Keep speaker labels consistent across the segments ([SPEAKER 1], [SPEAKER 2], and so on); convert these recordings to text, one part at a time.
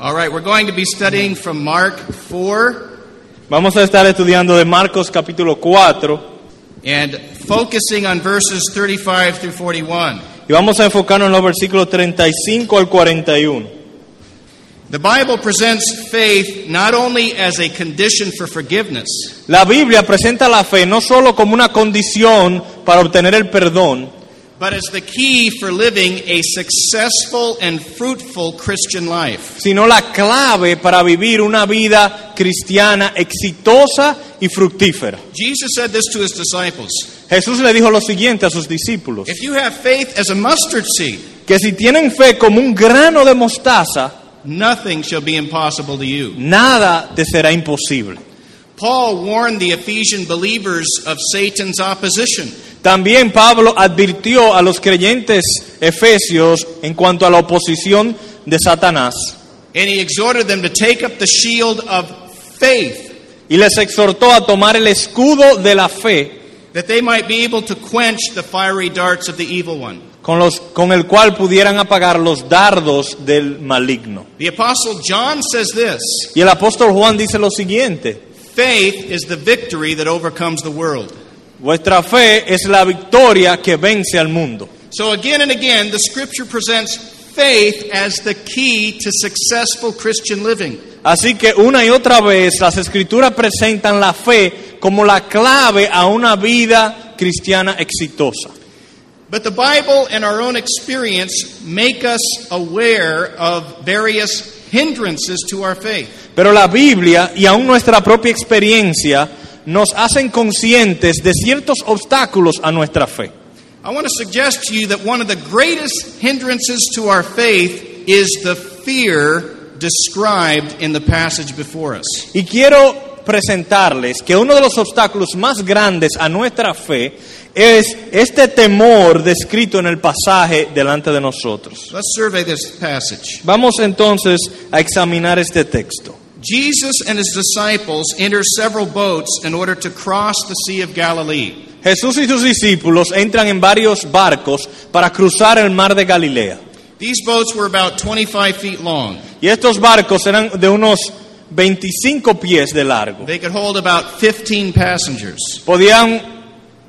[SPEAKER 1] All right, we're going to be studying from Mark 4
[SPEAKER 2] Vamos a estar estudiando de Marcos capítulo 4
[SPEAKER 1] and focusing on verses 35 through 41.
[SPEAKER 2] y vamos a enfocarnos en los versículos 35 al 41.
[SPEAKER 1] The Bible presents faith not only as a condition for forgiveness,
[SPEAKER 2] La Biblia presenta la fe no solo como una condición para obtener el perdón,
[SPEAKER 1] but as the key for living a successful and fruitful Christian life.
[SPEAKER 2] sino la clave para vivir una vida cristiana exitosa y fructífera.
[SPEAKER 1] Jesus said this to his disciples
[SPEAKER 2] Jesús le dijo lo siguiente a sus discípulos,
[SPEAKER 1] If you have faith as a mustard seed,
[SPEAKER 2] que si tienen fe como un grano de mostaza,
[SPEAKER 1] nothing shall be impossible to you.
[SPEAKER 2] nada te será imposible.
[SPEAKER 1] Paul warned the Ephesian believers of Satan's opposition.
[SPEAKER 2] También Pablo advirtió a los creyentes efesios en cuanto a la oposición de Satanás
[SPEAKER 1] And he exhorted them to take up the shield of faith,
[SPEAKER 2] y les exhortó a tomar el escudo de la fe
[SPEAKER 1] that they might be able to quench the fiery darts of the evil one.
[SPEAKER 2] con, los, con el cual pudieran apagar los dardos del maligno.
[SPEAKER 1] The Apostle John says this
[SPEAKER 2] Y el apóstol Juan dice lo siguiente,
[SPEAKER 1] faith is the victory that overcomes the world.
[SPEAKER 2] vuestra fe es la victoria que vence al mundo.
[SPEAKER 1] So, again and again, the scripture presents faith as the key to successful Christian living.
[SPEAKER 2] Así que una y otra vez las escrituras presentan la fe como la clave a una vida cristiana exitosa.
[SPEAKER 1] But the Bible and our own experience make us aware of various hindrances to our faith.
[SPEAKER 2] Pero la Biblia y aún nuestra propia experiencia nos hacen conscientes de ciertos obstáculos a nuestra fe.
[SPEAKER 1] I want to suggest to you that one of the greatest hindrances to our faith is the fear described in the passage before us.
[SPEAKER 2] Y quiero presentarles que uno de los obstáculos más grandes a nuestra fe es este temor descrito en el pasaje delante de nosotros.
[SPEAKER 1] Let's survey this passage.
[SPEAKER 2] Vamos entonces a examinar este texto.
[SPEAKER 1] Jesus and his disciples enter several boats in order to cross the Sea of Galilee.
[SPEAKER 2] Jesús y sus discípulos entran en varios barcos para cruzar el mar de Galilea.
[SPEAKER 1] These boats were about 25 feet long.
[SPEAKER 2] Y estos barcos eran de unos 25 pies de largo.
[SPEAKER 1] They could hold about 15 passengers.
[SPEAKER 2] Podían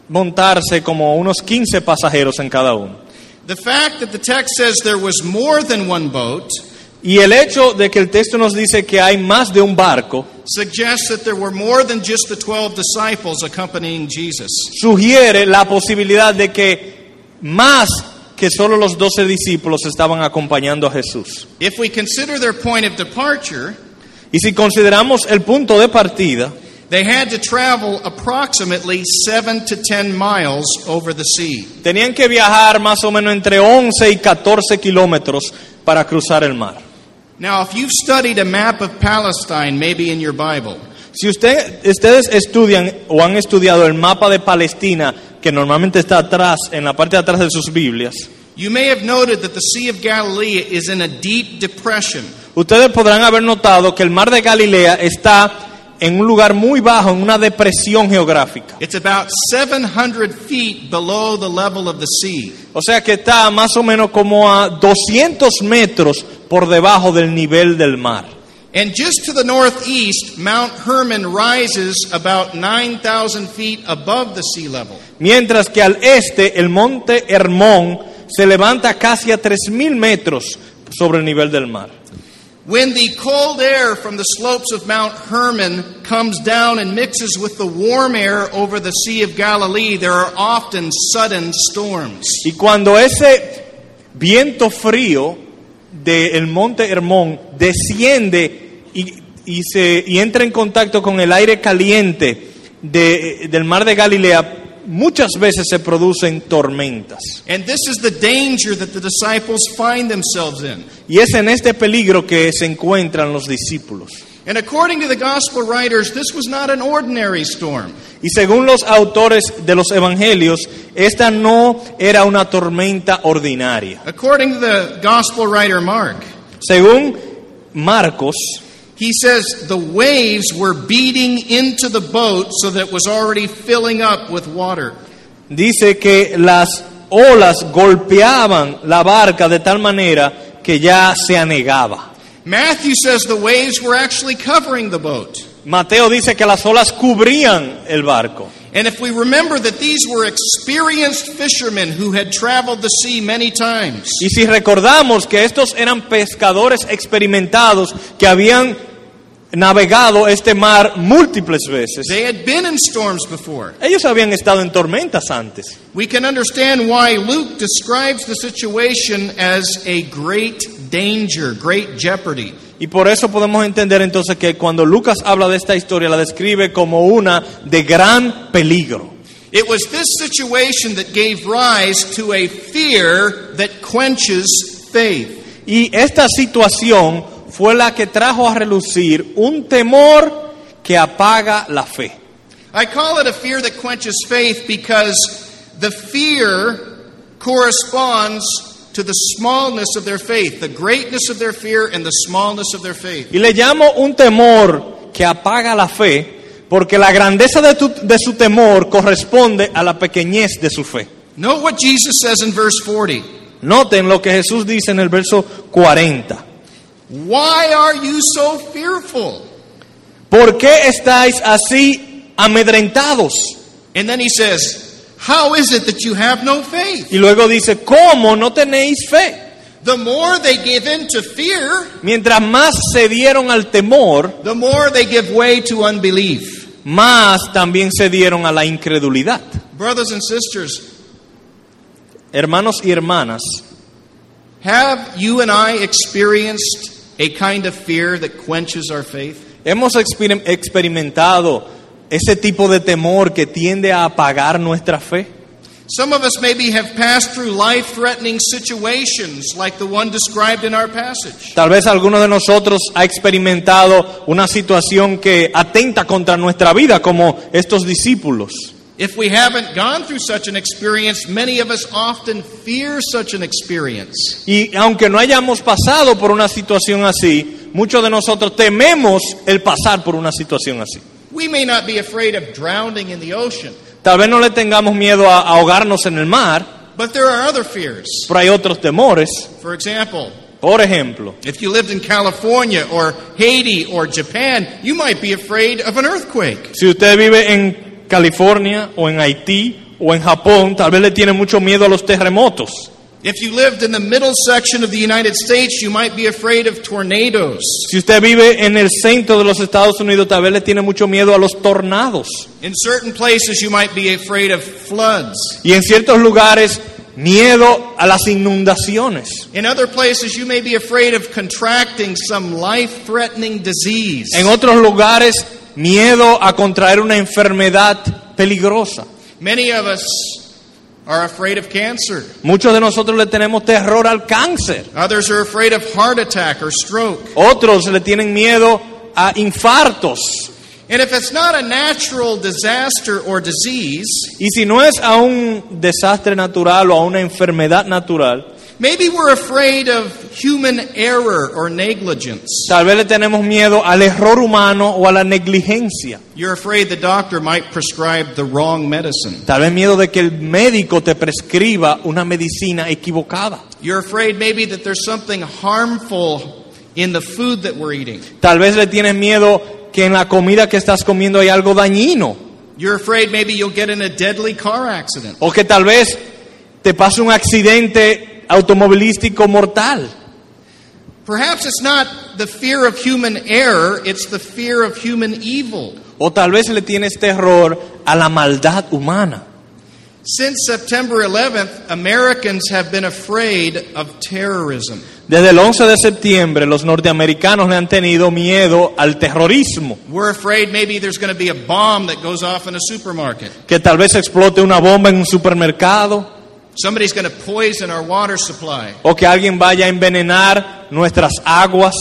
[SPEAKER 2] montarse como unos 15 pasajeros en cada uno.
[SPEAKER 1] The fact that the text says there was more than one boat
[SPEAKER 2] Y el hecho de que el texto nos dice que hay más de un barco
[SPEAKER 1] suggests that there were more than just the 12 disciples accompanying Jesus.
[SPEAKER 2] sugiere la posibilidad de que más que solo los doce discípulos estaban acompañando a Jesús.
[SPEAKER 1] If we consider their point of departure,
[SPEAKER 2] Y si consideramos el punto de partida,
[SPEAKER 1] they had to travel approximately 7 to 10 miles over the sea.
[SPEAKER 2] tenían que viajar más o menos entre 11 y 14 kilómetros para cruzar el mar.
[SPEAKER 1] Now, if you've studied a map of Palestine, maybe in your Bible,
[SPEAKER 2] Si usted- ustedes estudian o han estudiado el mapa de Palestina, que normalmente está atrás, en la parte de atrás de sus Biblias,
[SPEAKER 1] you may have noted that the Sea of Galilee is in a deep depression.
[SPEAKER 2] ustedes podrán haber notado que el mar de Galilea está en un lugar muy bajo, en una depresión geográfica.
[SPEAKER 1] It's about 700 feet below the level of the sea.
[SPEAKER 2] O sea que está más o menos como a 200 metros por debajo del nivel del mar.
[SPEAKER 1] And just to the northeast, Mount Hermon rises about 9,000 feet above the sea level.
[SPEAKER 2] Mientras que al este el monte Hermón se levanta casi a 3.000 metros sobre el nivel del mar.
[SPEAKER 1] When the cold air from the slopes of Mount Hermon comes down and mixes with the warm air over the Sea of Galilee, there are often sudden storms.
[SPEAKER 2] Y cuando ese viento frío del monte Hermón desciende y, y se, y entra en contacto con el aire caliente de- del mar de Galilea, muchas veces se producen tormentas.
[SPEAKER 1] And this is the danger that the disciples find themselves in.
[SPEAKER 2] Y es en este peligro que se encuentran los discípulos.
[SPEAKER 1] And according to the gospel writers, this was not an ordinary storm.
[SPEAKER 2] Y según los autores de los evangelios, esta no era una tormenta ordinaria.
[SPEAKER 1] According to the gospel writer Mark,
[SPEAKER 2] Según Marcos,
[SPEAKER 1] He says the waves were beating into the boat so that it was already filling up with water.
[SPEAKER 2] Dice que las olas golpeaban la barca de tal manera que ya se anegaba.
[SPEAKER 1] Matthew says the waves were actually covering the boat.
[SPEAKER 2] Mateo dice que las olas cubrían el barco.
[SPEAKER 1] And if we remember that these were experienced fishermen who had traveled the sea many times,
[SPEAKER 2] Y si recordamos que estos eran pescadores experimentados que habían navegado este mar múltiples veces,
[SPEAKER 1] they had been in storms before.
[SPEAKER 2] ellos habían estado en tormentas antes.
[SPEAKER 1] We can understand why Luke describes the situation as a great danger, great jeopardy.
[SPEAKER 2] Y por eso podemos entender entonces que cuando Lucas habla de esta historia la describe como una de gran peligro.
[SPEAKER 1] It was this situation that gave rise to a fear that quenches faith.
[SPEAKER 2] Y esta situación fue la que trajo a relucir un temor que apaga la fe.
[SPEAKER 1] I call it a fear that quenches faith because the fear corresponds to the smallness of their faith, the greatness of their fear and the smallness of their faith.
[SPEAKER 2] Y le llamo un temor que apaga la fe, porque la grandeza de, tu- de su temor corresponde a la pequeñez de su fe.
[SPEAKER 1] Note what Jesus says in verse 40.
[SPEAKER 2] Noten lo que Jesús dice en el verso 40.
[SPEAKER 1] Why are you so fearful?
[SPEAKER 2] ¿Por qué estáis así amedrentados?
[SPEAKER 1] And then he says, How is it that you have no faith?
[SPEAKER 2] Y luego dice, ¿cómo no tenéis fe?
[SPEAKER 1] The more they give in to fear,
[SPEAKER 2] Mientras más se dieron al temor,
[SPEAKER 1] the more they give way to unbelief.
[SPEAKER 2] más también se dieron a la incredulidad.
[SPEAKER 1] Brothers and sisters,
[SPEAKER 2] Hermanos y hermanas,
[SPEAKER 1] have you and I experienced a kind of fear that quenches our faith?
[SPEAKER 2] Hemos experim- experimentado ese tipo de temor que tiende a apagar nuestra fe.
[SPEAKER 1] Some of us maybe have passed through life threatening situations like the one described in our passage.
[SPEAKER 2] Tal vez alguno de nosotros ha experimentado una situación que atenta contra nuestra vida, como estos discípulos.
[SPEAKER 1] If we haven't gone through such an experience, many of us often fear such an experience.
[SPEAKER 2] Y aunque no hayamos pasado por una situación así, muchos de nosotros tememos el pasar por una situación así.
[SPEAKER 1] We may not be afraid of drowning in the ocean,
[SPEAKER 2] Tal vez no le tengamos miedo a ahogarnos en el mar,
[SPEAKER 1] but there are other fears.
[SPEAKER 2] pero hay otros temores.
[SPEAKER 1] For example,
[SPEAKER 2] Por ejemplo,
[SPEAKER 1] If you lived in California or Haiti or Japan, you might be afraid of an earthquake.
[SPEAKER 2] Si usted vive en California o en Haití o en Japón, tal vez le tiene mucho miedo a los terremotos.
[SPEAKER 1] If you lived in the middle section of the United States, you might be afraid of tornadoes.
[SPEAKER 2] Si usted vive en el centro de los Estados Unidos, tal vez le tiene mucho miedo a los tornados.
[SPEAKER 1] In certain places, you might be afraid of floods.
[SPEAKER 2] Y en ciertos lugares, miedo a las inundaciones.
[SPEAKER 1] In other places, you may be afraid of contracting some life threatening disease.
[SPEAKER 2] En otros lugares, miedo a contraer una enfermedad peligrosa.
[SPEAKER 1] Many of us are afraid of cancer,
[SPEAKER 2] Muchos de nosotros le tenemos terror al cáncer.
[SPEAKER 1] others are afraid of heart attack or stroke.
[SPEAKER 2] Otros le tienen miedo a infartos.
[SPEAKER 1] And if it's not a natural disaster or disease,
[SPEAKER 2] Y si no es a un desastre natural o a una enfermedad natural,
[SPEAKER 1] Maybe we're afraid of human error or negligence.
[SPEAKER 2] tal vez le tenemos miedo al error humano o a la negligencia.
[SPEAKER 1] You're afraid the doctor might prescribe the wrong medicine.
[SPEAKER 2] Tal vez miedo de que el médico te prescriba una medicina equivocada.
[SPEAKER 1] You're afraid maybe that there's something harmful in the food that we're eating.
[SPEAKER 2] Tal vez le tienes miedo que en la comida que estás comiendo hay algo dañino.
[SPEAKER 1] You're afraid maybe you'll get in a deadly car accident.
[SPEAKER 2] O que tal vez te pase un accidente automovilístico mortal.
[SPEAKER 1] Perhaps it's not the fear of human error, it's the fear of human evil.
[SPEAKER 2] O tal vez le tienes terror a la maldad humana.
[SPEAKER 1] Since September 11th, Americans have been afraid of terrorism.
[SPEAKER 2] Desde el 11 de septiembre los norteamericanos le han tenido miedo al terrorismo,
[SPEAKER 1] We're afraid maybe there's going to be a bomb that goes off in a supermarket.
[SPEAKER 2] que tal vez explote una bomba en un supermercado
[SPEAKER 1] Somebody's going to poison our water supply.
[SPEAKER 2] o que alguien vaya a envenenar nuestras aguas.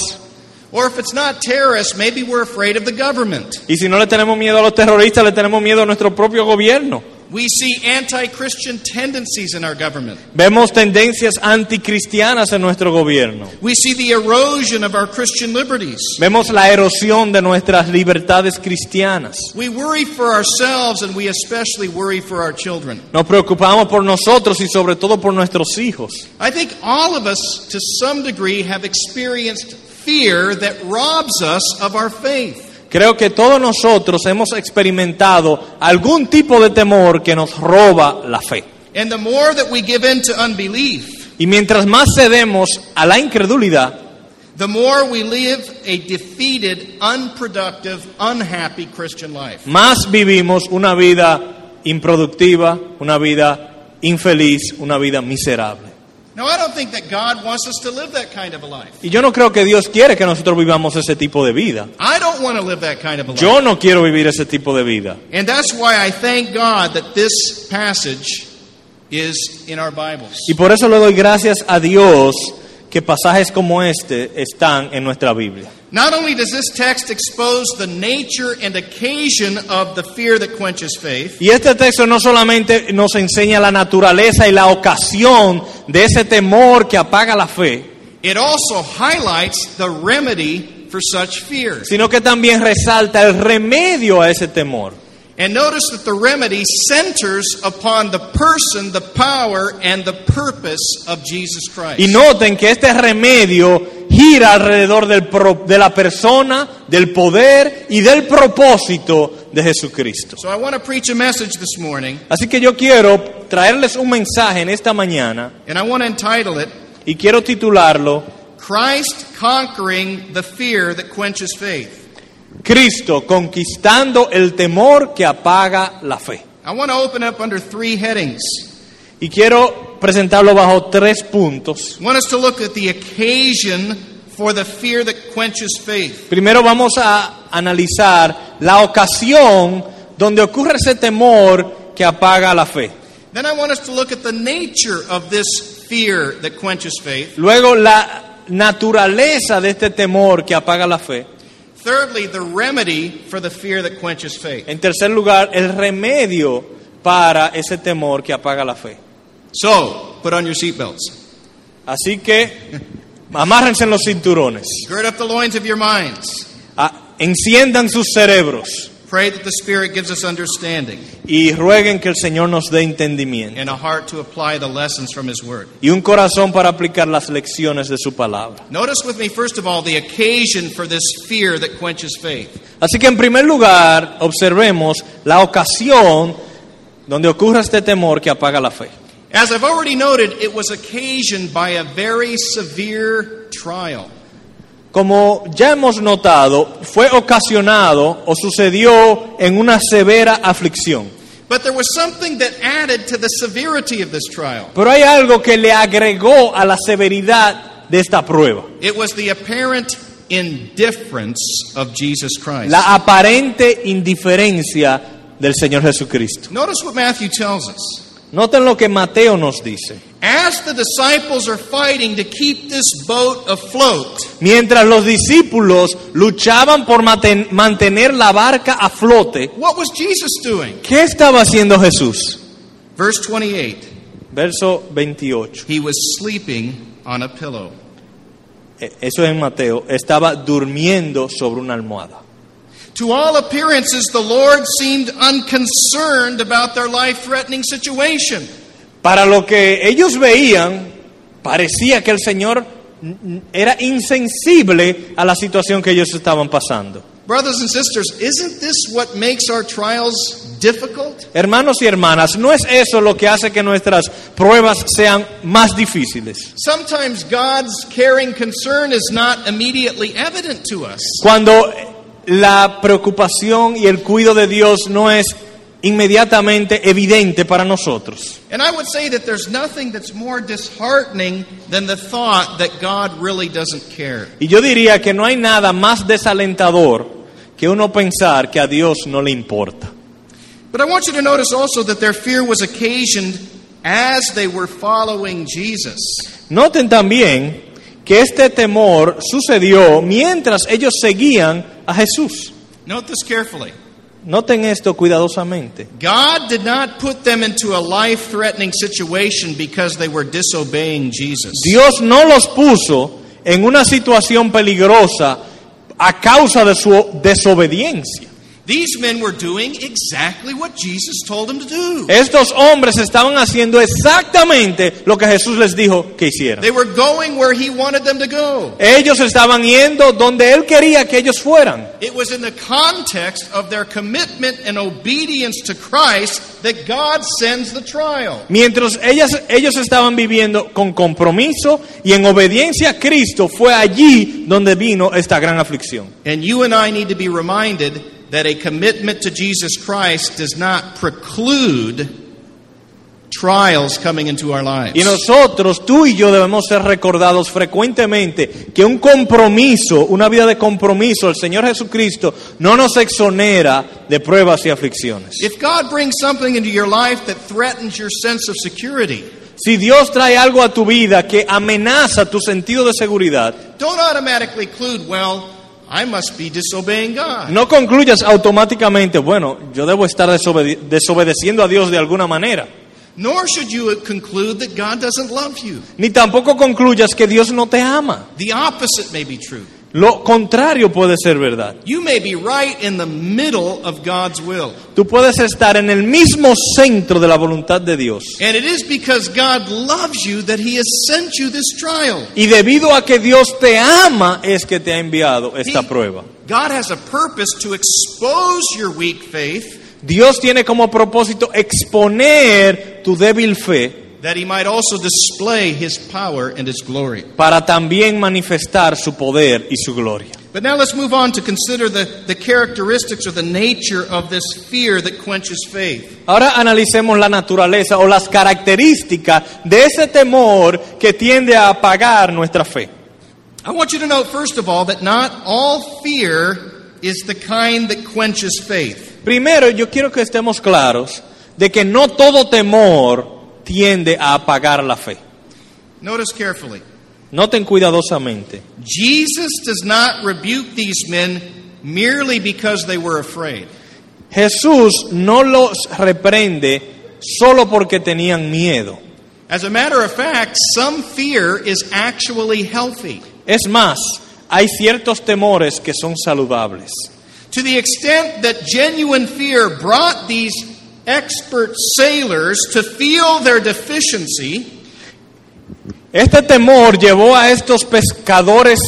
[SPEAKER 1] Or if it's not terrorists, maybe we're afraid of the government.
[SPEAKER 2] Y si no le tenemos miedo a los terroristas, le tenemos miedo a nuestro propio gobierno.
[SPEAKER 1] We see anti Christian tendencies in our government.
[SPEAKER 2] Vemos tendencias anticristianas en nuestro gobierno.
[SPEAKER 1] We see the erosion of our Christian liberties.
[SPEAKER 2] Vemos la erosión de nuestras libertades cristianas.
[SPEAKER 1] We worry for ourselves and we especially worry for our children.
[SPEAKER 2] Nos preocupamos por nosotros y sobre todo por nuestros hijos.
[SPEAKER 1] I think all of us, to some degree, have experienced fear that robs us of our faith.
[SPEAKER 2] Creo que todos nosotros hemos experimentado algún tipo de temor que nos roba la fe.
[SPEAKER 1] And the more that we give in to unbelief,
[SPEAKER 2] Y mientras más cedemos a la incredulidad,
[SPEAKER 1] the more we live a defeated, unproductive, unhappy Christian life.
[SPEAKER 2] más vivimos una vida improductiva, una vida infeliz, una vida miserable.
[SPEAKER 1] Now, I don't think that God wants us to live that kind of a life.
[SPEAKER 2] Y yo no creo que Dios quiere que nosotros vivamos ese tipo de vida.
[SPEAKER 1] I don't want to live that kind of a life.
[SPEAKER 2] Yo no quiero vivir ese tipo de vida.
[SPEAKER 1] And that's why I thank God that this passage is in our Bibles.
[SPEAKER 2] Y por eso le doy gracias a Dios que pasajes como este están en nuestra Biblia.
[SPEAKER 1] Not only does this text expose the nature and occasion of the fear that quenches faith,
[SPEAKER 2] Y este texto no solamente nos enseña la naturaleza y la ocasión de ese temor que apaga la fe,
[SPEAKER 1] it also highlights the remedy for such fear.
[SPEAKER 2] sino que también resalta el remedio a ese temor.
[SPEAKER 1] And notice that the remedy centers upon the person, the power, and the purpose of Jesus Christ.
[SPEAKER 2] Y noten que este remedio gira alrededor del pro- de la persona, del poder y del propósito de Jesucristo.
[SPEAKER 1] so I want to preach a message this morning,
[SPEAKER 2] Así que yo quiero traerles un mensaje en esta mañana
[SPEAKER 1] and I want to entitle it
[SPEAKER 2] y quiero titularlo
[SPEAKER 1] Christ Conquering the Fear that Quenches Faith.
[SPEAKER 2] Cristo conquistando el temor que apaga la fe.
[SPEAKER 1] I want to open up under three headings.
[SPEAKER 2] Y quiero presentarlo bajo tres puntos.
[SPEAKER 1] I want us to look at the occasion for the fear that quenches faith.
[SPEAKER 2] Primero vamos a analizar la ocasión donde ocurre ese temor que apaga la fe.
[SPEAKER 1] Then I want us to look at the nature of this fear that quenches faith.
[SPEAKER 2] Luego la naturaleza de este temor que apaga la fe.
[SPEAKER 1] Thirdly, the remedy for the fear that quenches faith.
[SPEAKER 2] En tercer lugar, el remedio para ese temor que apaga la fe.
[SPEAKER 1] So, put on your seatbelts.
[SPEAKER 2] Así que amárrense en los cinturones,
[SPEAKER 1] Gird up the loins of your minds.
[SPEAKER 2] a- enciendan sus cerebros
[SPEAKER 1] Pray that the Spirit gives us understanding
[SPEAKER 2] y rueguen que el Señor nos dé entendimiento
[SPEAKER 1] and a heart to apply the lessons from His Word.
[SPEAKER 2] y un corazón para aplicar las lecciones de su palabra.
[SPEAKER 1] Notice with me, first of all, the occasion for this fear that quenches faith.
[SPEAKER 2] Así que en primer lugar, observemos la ocasión donde ocurre este temor que apaga la fe.
[SPEAKER 1] As I've already noted, it was occasioned by a very severe trial.
[SPEAKER 2] Como ya hemos notado, fue ocasionado o sucedió en una severa aflicción.
[SPEAKER 1] But there was something that added to the severity of this trial.
[SPEAKER 2] Pero hay algo que le agregó a la severidad de esta prueba.
[SPEAKER 1] It was the apparent indifference of Jesus Christ.
[SPEAKER 2] La aparente indiferencia del Señor Jesucristo.
[SPEAKER 1] Notice what Matthew tells us.
[SPEAKER 2] Noten lo que Mateo nos dice.
[SPEAKER 1] As the disciples are fighting to keep this boat afloat,
[SPEAKER 2] Mientras los discípulos luchaban por maten- mantener la barca a flote,
[SPEAKER 1] what was Jesus doing?
[SPEAKER 2] ¿qué estaba haciendo Jesús?
[SPEAKER 1] Verse 28
[SPEAKER 2] Verso 28.
[SPEAKER 1] He was sleeping on a pillow.
[SPEAKER 2] Eh, Eso es en Mateo. Estaba durmiendo sobre una almohada.
[SPEAKER 1] To all appearances, the Lord seemed unconcerned about their life threatening situation.
[SPEAKER 2] Para lo que ellos veían, parecía que el Señor n- n- era insensible a la situación que ellos estaban pasando.
[SPEAKER 1] Brothers and sisters, isn't this what makes our trials difficult?
[SPEAKER 2] Hermanos y hermanas, ¿no es eso lo que hace que nuestras pruebas sean más difíciles?
[SPEAKER 1] Sometimes God's caring concern is not immediately evident to us.
[SPEAKER 2] Cuando la preocupación y el cuidado de Dios no es inmediatamente evidente para nosotros.
[SPEAKER 1] And I would say that there's nothing that's more disheartening than the thought that God really doesn't care.
[SPEAKER 2] Y yo diría que no hay nada más desalentador que uno pensar que a Dios no le importa.
[SPEAKER 1] But I want you to notice also that their fear was occasioned as they were following Jesus.
[SPEAKER 2] Noten también que este temor sucedió mientras ellos seguían a Jesús.
[SPEAKER 1] Note this carefully.
[SPEAKER 2] Noten esto cuidadosamente.
[SPEAKER 1] God did not put them into a life threatening situation because they were disobeying Jesus.
[SPEAKER 2] Dios no los puso en una situación peligrosa a causa de su desobediencia.
[SPEAKER 1] These men were doing exactly what Jesus told them to do.
[SPEAKER 2] Estos hombres estaban haciendo exactamente lo que Jesús les dijo que hicieran.
[SPEAKER 1] They were going where he wanted them to go.
[SPEAKER 2] Ellos estaban yendo donde Él quería que ellos fueran.
[SPEAKER 1] It was in the context of their commitment and obedience to Christ that God sends the trial.
[SPEAKER 2] Mientras ellas- ellos estaban viviendo con compromiso y en obediencia a Cristo, fue allí donde vino esta gran aflicción.
[SPEAKER 1] And you and I need to be reminded that a commitment to Jesus Christ does not preclude trials coming into our lives.
[SPEAKER 2] Y nosotros, tú y yo, debemos ser recordados frecuentemente que un compromiso, una vida de compromiso, el Señor Jesucristo, no nos exonera de pruebas y aflicciones.
[SPEAKER 1] if God brings something into your life that threatens your sense of security,
[SPEAKER 2] Si Dios trae algo a tu vida que amenaza tu sentido de seguridad,
[SPEAKER 1] don't automatically conclude, well, I must be disobeying God.
[SPEAKER 2] no concluyas automáticamente, bueno, yo debo estar desobede- desobedeciendo a Dios de alguna manera.
[SPEAKER 1] Nor should you conclude that God doesn't love you.
[SPEAKER 2] Ni tampoco concluyas que Dios no te ama.
[SPEAKER 1] The opposite may be true.
[SPEAKER 2] Lo contrario puede ser verdad.
[SPEAKER 1] You may be right in the middle of God's will.
[SPEAKER 2] Tú puedes estar en el mismo centro de la voluntad de Dios.
[SPEAKER 1] And it is because God loves you that He has sent you this trial.
[SPEAKER 2] Y debido a que Dios te ama es que te ha enviado esta
[SPEAKER 1] Sí.
[SPEAKER 2] prueba.
[SPEAKER 1] God has a purpose to expose your weak faith
[SPEAKER 2] Dios tiene como propósito exponer tu débil fe
[SPEAKER 1] that He might also display His power and His glory.
[SPEAKER 2] para también manifestar su poder y su gloria.
[SPEAKER 1] But now let's move on to consider the, the characteristics or the nature of this fear that quenches faith.
[SPEAKER 2] Ahora analicemos la naturaleza o las características de ese temor que tiende a apagar nuestra fe.
[SPEAKER 1] I want you to note, first of all, that not all fear is the kind that quenches faith.
[SPEAKER 2] Primero, yo quiero que estemos claros de que no todo temor tiende a apagar la fe.
[SPEAKER 1] Notice carefully.
[SPEAKER 2] Noten cuidadosamente.
[SPEAKER 1] Jesus does not rebuke these men merely because they were afraid.
[SPEAKER 2] Jesús no los reprende solo porque tenían miedo.
[SPEAKER 1] As a matter of fact, some fear is actually healthy.
[SPEAKER 2] Es más, hay ciertos temores que son saludables.
[SPEAKER 1] To the extent that genuine fear brought these expert sailors to feel their deficiency,
[SPEAKER 2] Este temor llevó a estos pescadores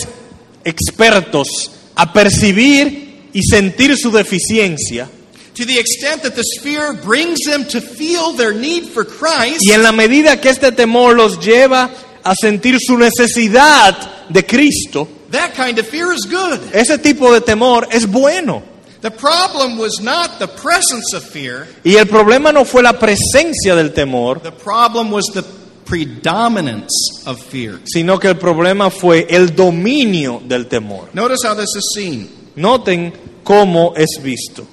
[SPEAKER 2] expertos a percibir y sentir su deficiencia.
[SPEAKER 1] to the extent that this fear brings them to feel their need for Christ,
[SPEAKER 2] Y en la medida que este temor los lleva a sentir su necesidad de Cristo,
[SPEAKER 1] that kind of fear is good.
[SPEAKER 2] ese tipo de temor es bueno.
[SPEAKER 1] The problem was not the presence of fear,
[SPEAKER 2] Y el problema no fue la presencia del temor,
[SPEAKER 1] the problem was the predominance of fear.
[SPEAKER 2] sino que el problema fue el dominio del temor.
[SPEAKER 1] Notice how this is seen.
[SPEAKER 2] Noten cómo es visto.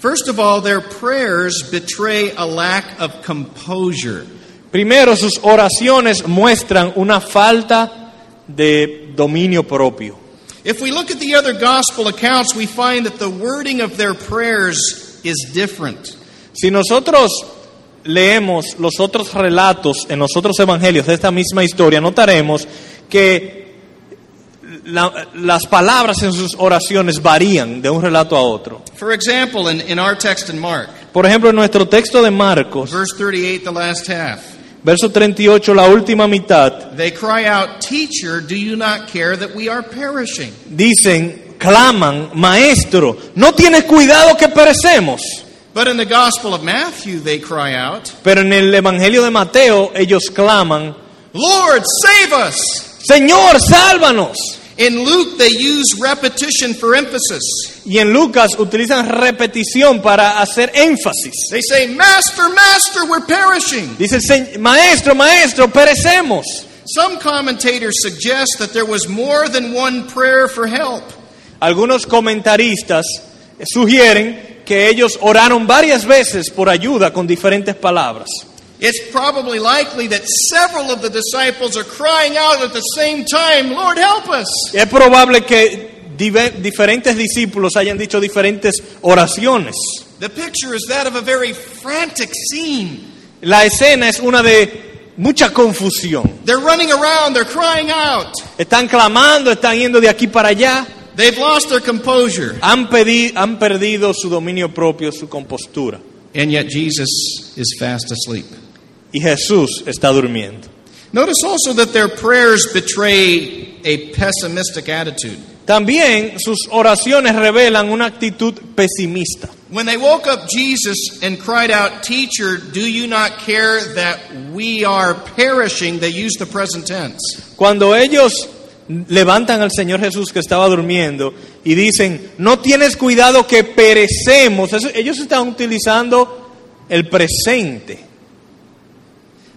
[SPEAKER 1] First of all, their prayers betray a lack of composure.
[SPEAKER 2] Primero, sus oraciones muestran una falta de dominio propio.
[SPEAKER 1] If we look at the other gospel accounts, we find that the wording of their prayers is different.
[SPEAKER 2] Si nosotros leemos los otros relatos en los otros evangelios de esta misma historia, notaremos que la- las palabras en sus oraciones varían de un relato a otro.
[SPEAKER 1] For example, in, in our text in Mark,
[SPEAKER 2] Por ejemplo, en nuestro texto de Marcos,
[SPEAKER 1] verse 38, the last half,
[SPEAKER 2] verso 38, la última mitad,
[SPEAKER 1] they cry out, Teacher, do you not care that we are perishing?
[SPEAKER 2] dicen, claman, maestro, no tienes cuidado que perecemos.
[SPEAKER 1] But in the gospel of Matthew, they cry out,
[SPEAKER 2] Pero en el Evangelio de Mateo ellos claman,
[SPEAKER 1] Lord, save us!
[SPEAKER 2] Señor, sálvanos.
[SPEAKER 1] In Luke, they use repetition for emphasis.
[SPEAKER 2] Y en Lucas utilizan repetición para hacer énfasis.
[SPEAKER 1] They say, Master, Master, we're perishing!
[SPEAKER 2] Dice, "Se- maestro, maestro, perecemos.
[SPEAKER 1] Some commentators suggest that there was more than one prayer for help.
[SPEAKER 2] Algunos comentaristas sugieren que ellos oraron varias veces por ayuda con diferentes palabras.
[SPEAKER 1] It's probably likely that several of the disciples are crying out at the same time, Lord, help us!
[SPEAKER 2] Es probable que dive- diferentes discípulos hayan dicho diferentes oraciones.
[SPEAKER 1] The picture is that of a very frantic scene.
[SPEAKER 2] La escena es una de mucha confusión.
[SPEAKER 1] They're running around, they're crying out.
[SPEAKER 2] Están clamando, están yendo de aquí para allá.
[SPEAKER 1] They've lost their composure.
[SPEAKER 2] Han, pedi- han perdido su dominio propio, su compostura.
[SPEAKER 1] And yet Jesus is fast asleep.
[SPEAKER 2] Y Jesús está durmiendo.
[SPEAKER 1] Notice also that their prayers betray a pessimistic attitude.
[SPEAKER 2] También sus oraciones revelan una actitud pesimista.
[SPEAKER 1] When they woke up Jesus and cried out, Teacher, do you not care that we are perishing? They used the present tense.
[SPEAKER 2] Cuando ellos levantan al Señor Jesús que estaba durmiendo y dicen, no tienes cuidado que perecemos, Eso- ellos están utilizando el presente.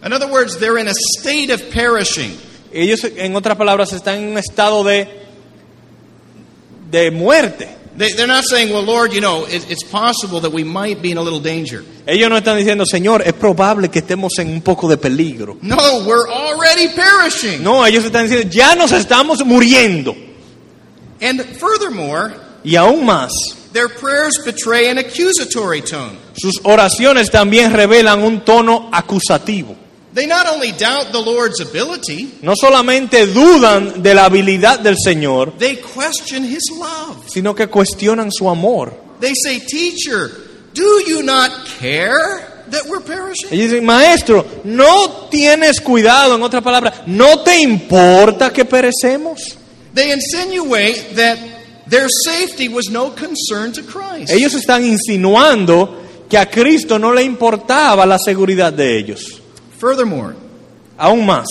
[SPEAKER 1] In other words, they're in a state of perishing.
[SPEAKER 2] Ellos, en otras palabras, están en un estado de, de muerte.
[SPEAKER 1] They, they're not saying, Well, Lord, you know, it, it's possible that we might be in a little danger.
[SPEAKER 2] Ellos no están diciendo, Señor, es probable que estemos en un poco de peligro.
[SPEAKER 1] No, we're already perishing.
[SPEAKER 2] No, ellos están diciendo, ya nos estamos muriendo.
[SPEAKER 1] And furthermore,
[SPEAKER 2] Y aún más,
[SPEAKER 1] their prayers betray an accusatory tone.
[SPEAKER 2] sus oraciones también revelan un tono acusativo.
[SPEAKER 1] They not only doubt the Lord's ability,
[SPEAKER 2] No solamente dudan de la habilidad del Señor,
[SPEAKER 1] they question his love.
[SPEAKER 2] sino que cuestionan su amor.
[SPEAKER 1] They say, Teacher, do you not care that we're perishing?
[SPEAKER 2] Ellos dicen, maestro, no tienes cuidado, en otras palabras, ¿no te importa que perecemos?
[SPEAKER 1] They insinuate that their safety was no concern to Christ.
[SPEAKER 2] Ellos están insinuando que a Cristo no le importaba la seguridad de ellos.
[SPEAKER 1] Furthermore,
[SPEAKER 2] Aún más,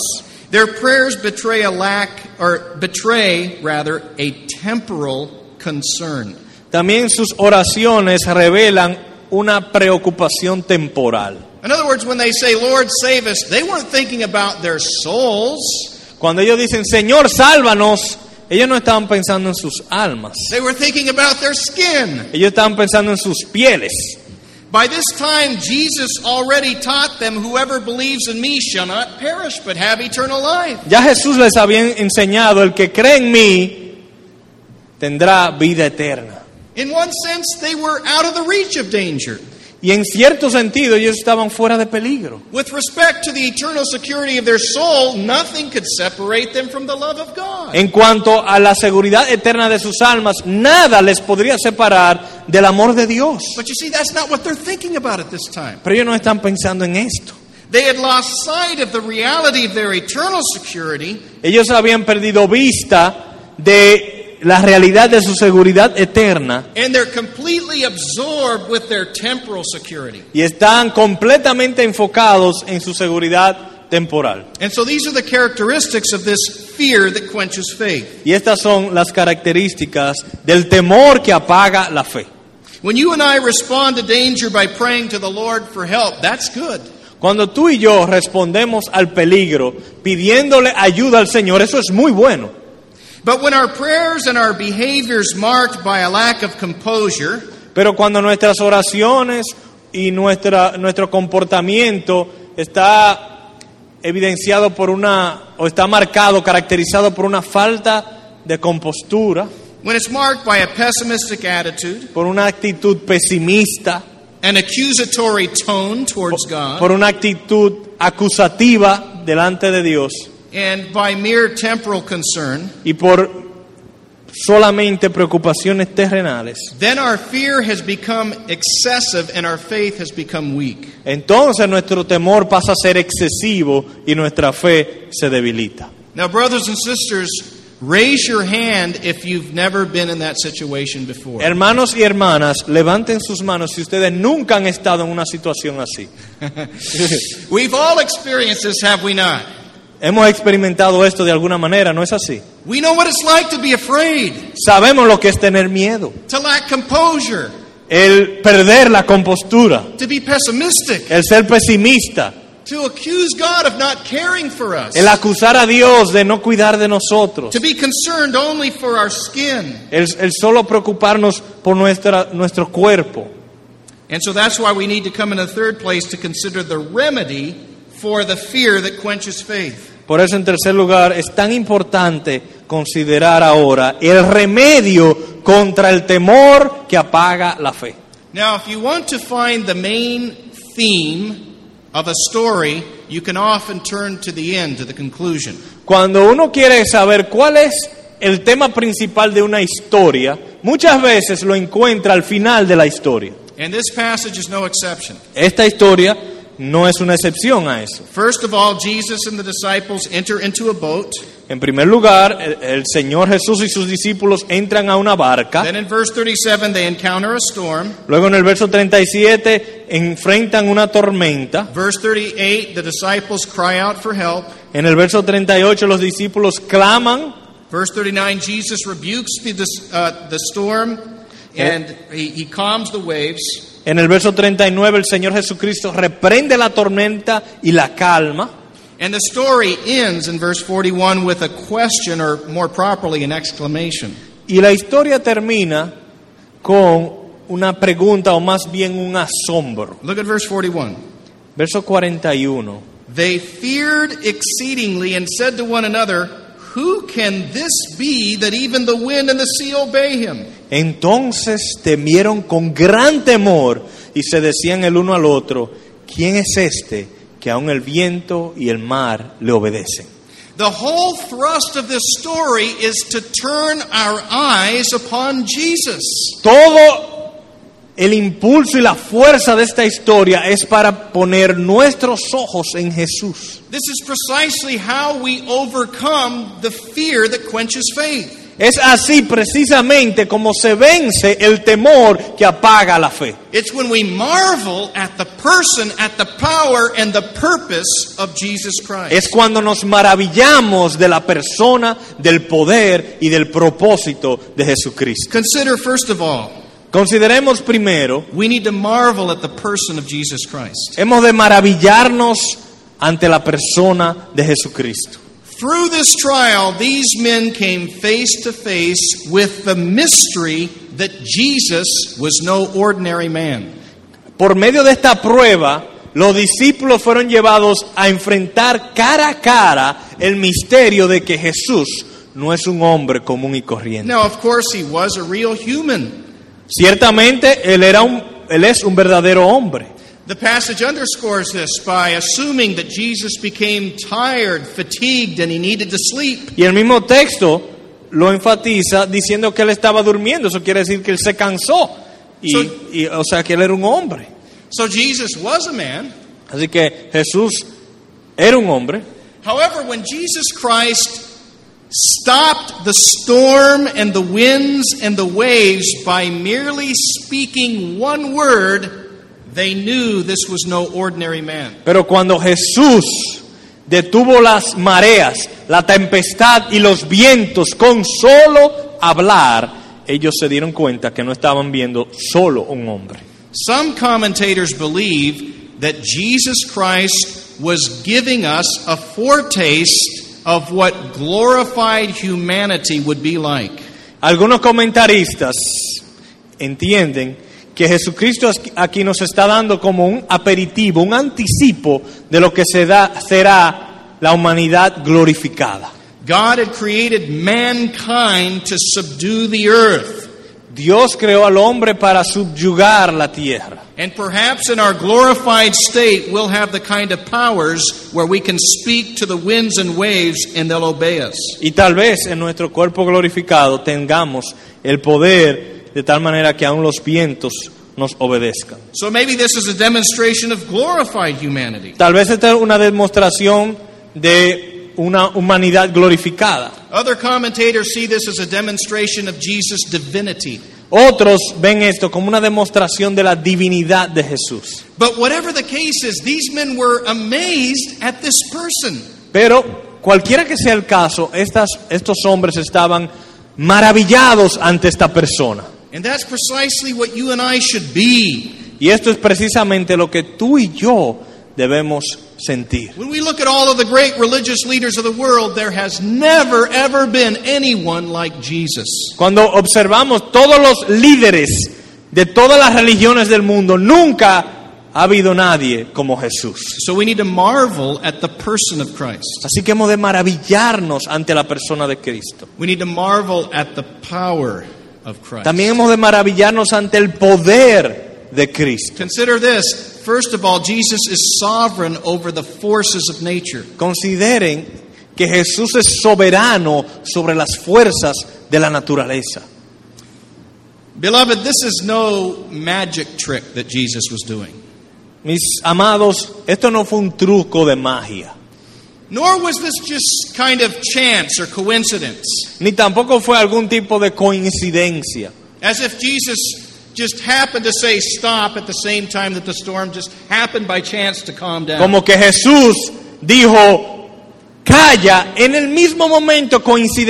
[SPEAKER 1] their prayers betray a lack, or betray, rather, a temporal concern.
[SPEAKER 2] también sus oraciones revelan una preocupación temporal.
[SPEAKER 1] In other words, when they say, Lord, save us, they weren't thinking about their souls.
[SPEAKER 2] Cuando ellos dicen, Señor, sálvanos, ellos no estaban pensando en sus almas,
[SPEAKER 1] They were thinking about their skin.
[SPEAKER 2] ellos estaban pensando en sus pieles.
[SPEAKER 1] By this time, Jesus already taught them, Whoever believes in me shall not perish, but have eternal life.
[SPEAKER 2] Ya Jesús les había enseñado, el que cree en mí tendrá vida eterna.
[SPEAKER 1] In one sense, they were out of the reach of danger.
[SPEAKER 2] Y en cierto sentido ellos estaban fuera de peligro.
[SPEAKER 1] With respect to the eternal security of their soul, nothing could separate them from the love of God.
[SPEAKER 2] En cuanto a la seguridad eterna de sus almas, nada les podría separar del amor de Dios.
[SPEAKER 1] But you see, that's not what they're thinking about at this time.
[SPEAKER 2] Pero ellos no están pensando en esto.
[SPEAKER 1] They had lost sight of the reality of their eternal security,
[SPEAKER 2] Ellos habían perdido vista de la realidad de su seguridad eterna
[SPEAKER 1] and they're completely absorbed with their temporal security.
[SPEAKER 2] y están completamente enfocados en su seguridad temporal.
[SPEAKER 1] And so these are the characteristics of this fear that quenches faith.
[SPEAKER 2] Y estas son las características del temor que apaga la fe.
[SPEAKER 1] When you and I respond to danger by praying to the Lord for help, that's good.
[SPEAKER 2] Cuando tú y yo respondemos al peligro pidiéndole ayuda al Señor, eso es muy bueno.
[SPEAKER 1] But when our prayers and our behaviors marked by a lack of composure,
[SPEAKER 2] Pero cuando nuestras oraciones y nuestra, nuestro comportamiento está evidenciado por una, o está marcado, caracterizado por una falta de compostura,
[SPEAKER 1] when it's marked by a pessimistic attitude,
[SPEAKER 2] por una actitud pesimista,
[SPEAKER 1] an accusatory tone towards God,
[SPEAKER 2] por una actitud acusativa delante de Dios
[SPEAKER 1] and by mere temporal concern,
[SPEAKER 2] y por solamente preocupaciones terrenales,
[SPEAKER 1] then our fear has become excessive and our faith has become weak.
[SPEAKER 2] entonces nuestro temor pasa a ser excesivo y nuestra fe se debilita.
[SPEAKER 1] Now, brothers and sisters, raise your hand if you've never been in that situation before.
[SPEAKER 2] Hermanos y hermanas, levanten sus manos si ustedes nunca han estado en una situación así.
[SPEAKER 1] We've all experienced this, have we not?
[SPEAKER 2] Hemos experimentado esto de alguna manera, ¿no es así?
[SPEAKER 1] We know what it's like to be afraid,
[SPEAKER 2] Sabemos lo que es tener miedo,
[SPEAKER 1] to lack composure,
[SPEAKER 2] el perder la compostura,
[SPEAKER 1] to be pessimistic,
[SPEAKER 2] el ser pesimista,
[SPEAKER 1] to accuse God of not caring for us,
[SPEAKER 2] el acusar a Dios de no cuidar de nosotros,
[SPEAKER 1] to be concerned only for our skin.
[SPEAKER 2] el, el solo preocuparnos por nuestra, nuestro cuerpo.
[SPEAKER 1] And so that's why we need to come in a third place to consider the remedy for the fear that quenches faith.
[SPEAKER 2] Por eso, en tercer lugar, es tan importante considerar ahora el remedio contra el temor que apaga la fe.
[SPEAKER 1] Now, if you want to find the main theme of a story, you can often turn to the end, to the conclusion.
[SPEAKER 2] Cuando uno quiere saber cuál es el tema principal de una historia, muchas veces lo encuentra al final de la historia.
[SPEAKER 1] And this passage is no exception.
[SPEAKER 2] Esta historia no es una excepción a eso.
[SPEAKER 1] First of all, Jesus and the disciples enter into a boat.
[SPEAKER 2] En primer lugar, el, el Señor Jesús y sus discípulos entran a una barca.
[SPEAKER 1] Then in verse 37, they encounter a storm.
[SPEAKER 2] Luego en el verso 37 enfrentan una tormenta.
[SPEAKER 1] Verse 38, the disciples cry out for help.
[SPEAKER 2] En el verso 38 los discípulos claman
[SPEAKER 1] Verse 39, Jesus rebukes the, dis- uh, the storm and he, he calms the waves.
[SPEAKER 2] En el verso 39 el Señor Jesucristo reprende la tormenta y la calma.
[SPEAKER 1] And the story ends in verse 41 with a question, or more properly, an exclamation.
[SPEAKER 2] Y la historia termina con una pregunta o más bien un asombro.
[SPEAKER 1] Look at verse 41.
[SPEAKER 2] Verso 41.
[SPEAKER 1] They feared exceedingly and said to one another, Who can this be that even the wind and the sea obey him?
[SPEAKER 2] Entonces temieron con gran temor y se decían el uno al otro, ¿quién es este que aun el viento y el mar le obedecen?
[SPEAKER 1] The whole thrust of this story is to turn our eyes upon Jesus.
[SPEAKER 2] Todo el impulso y la fuerza de esta historia es para poner nuestros ojos en Jesús.
[SPEAKER 1] This is precisely how we overcome the fear that quenches faith.
[SPEAKER 2] Es así precisamente como se vence el temor que apaga la fe.
[SPEAKER 1] It's when we marvel at the person, at the power, and the purpose of Jesus Christ.
[SPEAKER 2] Es cuando nos maravillamos de la persona, del poder y del propósito de Jesucristo.
[SPEAKER 1] Consider, first of all,
[SPEAKER 2] Consideremos primero,
[SPEAKER 1] we need to marvel at the person of Jesus Christ.
[SPEAKER 2] hemos de maravillarnos ante la persona de Jesucristo.
[SPEAKER 1] Through this trial, these men came face to face with the mystery that Jesus was no ordinary man.
[SPEAKER 2] Por medio de esta prueba, los discípulos fueron llevados a enfrentar cara a cara el misterio de que Jesús no es un hombre común y corriente.
[SPEAKER 1] Now, of course, he was a real human.
[SPEAKER 2] Ciertamente él era un él es un verdadero hombre.
[SPEAKER 1] The passage underscores this by assuming that Jesus became tired, fatigued, and he needed to sleep.
[SPEAKER 2] Y el mismo texto lo enfatiza diciendo que él estaba durmiendo, eso quiere decir que él se cansó y,
[SPEAKER 1] So-
[SPEAKER 2] y, o sea que él era un hombre.
[SPEAKER 1] So Jesus was a man.
[SPEAKER 2] Así que Jesús era un hombre,
[SPEAKER 1] However, when Jesus Christ stopped the storm and the winds and the waves by merely speaking one word, they knew this was no ordinary man.
[SPEAKER 2] pero cuando Jesús detuvo las mareas, la tempestad y los vientos con solo hablar, ellos se dieron cuenta que no estaban viendo solo un hombre.
[SPEAKER 1] Some commentators believe that Jesus Christ was giving us a foretaste of what glorified humanity would be like.
[SPEAKER 2] Algunos comentaristas entienden que Jesucristo aquí- aquí nos está dando como un aperitivo, un anticipo de lo que se da- será la humanidad glorificada.
[SPEAKER 1] God had created mankind to subdue the earth.
[SPEAKER 2] Dios creó al hombre para subyugar la tierra.
[SPEAKER 1] And perhaps in our glorified state, we'll have the kind of powers where we can speak to the winds and waves and they'll obey us.
[SPEAKER 2] Y tal vez en nuestro cuerpo glorificado tengamos el poder de tal manera que aun los vientos nos obedezcan.
[SPEAKER 1] So maybe this is a demonstration of glorified humanity.
[SPEAKER 2] Tal vez esta es una demostración de una humanidad glorificada.
[SPEAKER 1] Other commentators see this as a demonstration of Jesus' divinity.
[SPEAKER 2] Otros ven esto como una demostración de la divinidad de Jesús.
[SPEAKER 1] But whatever the case is, these men were amazed at this person.
[SPEAKER 2] Pero cualquiera que sea el caso, estas, estos hombres estaban maravillados ante esta persona.
[SPEAKER 1] And that's precisely what you and I should be.
[SPEAKER 2] Y esto es precisamente lo que tú y yo debemos sentir.
[SPEAKER 1] When we look at all of the great religious leaders of the world, there has never, ever been anyone like Jesus.
[SPEAKER 2] Cuando observamos todos los líderes de todas las religiones del mundo, nunca ha habido nadie como Jesús.
[SPEAKER 1] So we need to marvel at the person of Christ.
[SPEAKER 2] Así que hemos de maravillarnos ante la persona de Cristo.
[SPEAKER 1] We need to marvel at the power of Christ.
[SPEAKER 2] También hemos de maravillarnos ante el poder de Cristo.
[SPEAKER 1] Consider this. First of all, Jesus is sovereign over the forces of nature.
[SPEAKER 2] Consideren que Jesús es soberano sobre las fuerzas de la naturaleza.
[SPEAKER 1] Beloved, this is no magic trick that Jesus was doing,
[SPEAKER 2] Mis amados, esto no fue un truco de magia,
[SPEAKER 1] nor was this just kind of chance or coincidence,
[SPEAKER 2] ni tampoco fue algún tipo de coincidencia,
[SPEAKER 1] as if Jesus just happened to say stop at the same time that the storm just happened by chance to calm down.
[SPEAKER 2] como que Jesús dijo, calla en el mismo momento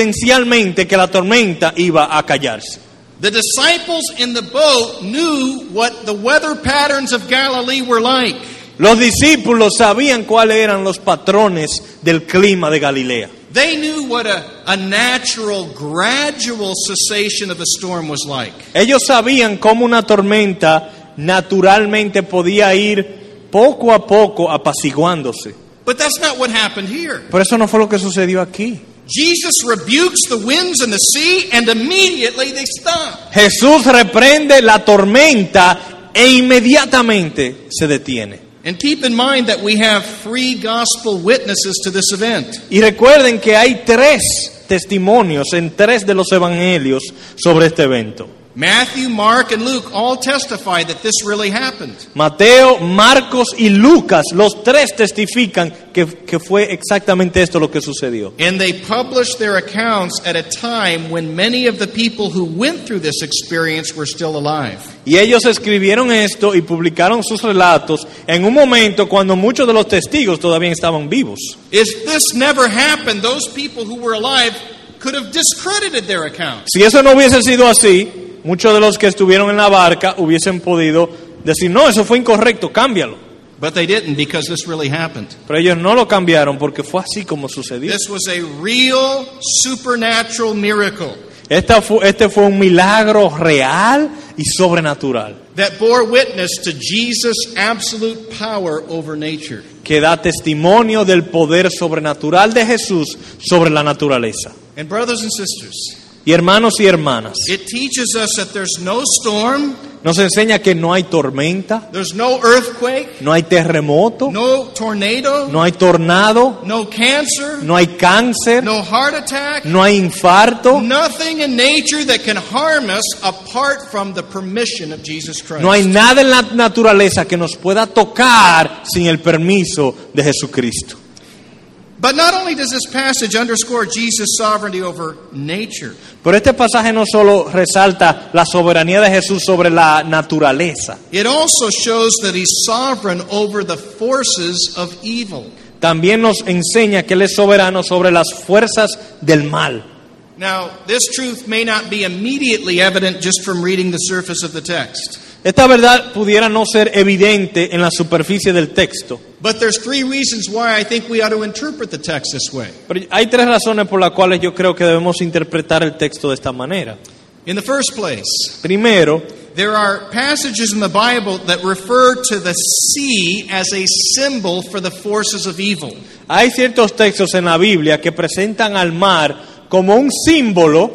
[SPEAKER 2] coincidencialmente que la tormenta iba a callarse.
[SPEAKER 1] The disciples in the boat knew what the weather patterns of Galilee were like.
[SPEAKER 2] Los discípulos sabían cuáles eran los patrones del clima de Galilea.
[SPEAKER 1] They knew what a, a natural, gradual cessation of a storm was like.
[SPEAKER 2] Ellos sabían cómo una tormenta naturalmente podía ir poco a poco apaciguándose.
[SPEAKER 1] But that's not what happened here.
[SPEAKER 2] Pero eso no fue lo que sucedió aquí.
[SPEAKER 1] Jesus rebukes the winds and the sea, and immediately they stop.
[SPEAKER 2] Jesús reprende la tormenta e inmediatamente se detiene.
[SPEAKER 1] And keep in mind that we have three gospel witnesses to this event.
[SPEAKER 2] Y recuerden que hay tres testimonios en tres de los evangelios sobre este evento.
[SPEAKER 1] Matthew, Mark, and Luke all testify that this really happened.
[SPEAKER 2] Mateo, Marcos y Lucas, los tres testifican que, que fue exactamente esto lo que sucedió.
[SPEAKER 1] And they published their accounts at a time when many of the people who went through this experience were still alive.
[SPEAKER 2] Y ellos escribieron esto y publicaron sus relatos en un momento cuando muchos de los testigos todavía estaban vivos.
[SPEAKER 1] If this never happened, those people who were alive could have discredited their accounts.
[SPEAKER 2] Si eso no hubiese sido así, muchos de los que estuvieron en la barca hubiesen podido decir, no, eso fue incorrecto, cámbialo.
[SPEAKER 1] But they didn't because this really happened.
[SPEAKER 2] Pero ellos no lo cambiaron porque fue así como sucedió.
[SPEAKER 1] This was a real supernatural miracle
[SPEAKER 2] Esta fu- este fue un milagro real y sobrenatural
[SPEAKER 1] that bore witness to Jesus' absolute power over nature.
[SPEAKER 2] que da testimonio del poder sobrenatural de Jesús sobre la naturaleza.
[SPEAKER 1] And, brothers and sisters,
[SPEAKER 2] Y hermanos y hermanas,
[SPEAKER 1] it teaches us that there's no storm,
[SPEAKER 2] nos enseña que no hay tormenta,
[SPEAKER 1] there's no earthquake,
[SPEAKER 2] no hay terremoto,
[SPEAKER 1] no tornado,
[SPEAKER 2] no hay tornado,
[SPEAKER 1] no cancer,
[SPEAKER 2] no hay cáncer,
[SPEAKER 1] no heart attack,
[SPEAKER 2] no hay infarto,
[SPEAKER 1] nothing in nature that can harm us apart from the permission of Jesus Christ.
[SPEAKER 2] no hay nada en la naturaleza que nos pueda tocar sin el permiso de Jesucristo.
[SPEAKER 1] But not only does this passage underscore Jesus' sovereignty over nature,
[SPEAKER 2] Pero este pasaje no solo resalta la soberanía de Jesús sobre la naturaleza,
[SPEAKER 1] it also shows that he's sovereign over the forces of evil.
[SPEAKER 2] también nos enseña que Él es soberano sobre las fuerzas del mal.
[SPEAKER 1] Now, this truth may not be immediately evident just from reading the surface of the text,
[SPEAKER 2] Esta verdad pudiera no ser evidente en la superficie del texto,
[SPEAKER 1] but there's three reasons why I think we ought to interpret the text this way.
[SPEAKER 2] pero hay tres razones por las cuales yo creo que debemos interpretar el texto de esta manera.
[SPEAKER 1] In the first place,
[SPEAKER 2] Primero,
[SPEAKER 1] there are passages in the Bible that refer to the sea as a symbol for the forces of evil.
[SPEAKER 2] hay ciertos textos en la Biblia que presentan al mar como un símbolo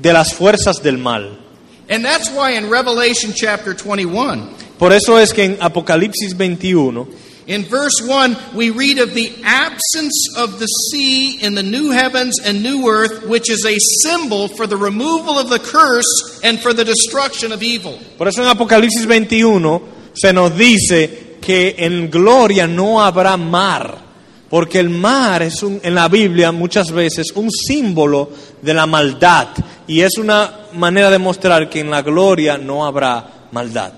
[SPEAKER 2] de las fuerzas del mal.
[SPEAKER 1] And that's why in Revelation chapter 21,
[SPEAKER 2] Por eso es que en Apocalipsis 21
[SPEAKER 1] In verse 1, we read of the absence of the sea in the new heavens and new earth, which is a symbol for the removal of the curse and for the destruction of evil.
[SPEAKER 2] Por eso en Apocalipsis 21 se nos dice que en gloria no habrá mar, porque el mar es un- en la Biblia muchas veces un símbolo de la maldad y es una manera de mostrar que en la gloria no habrá maldad.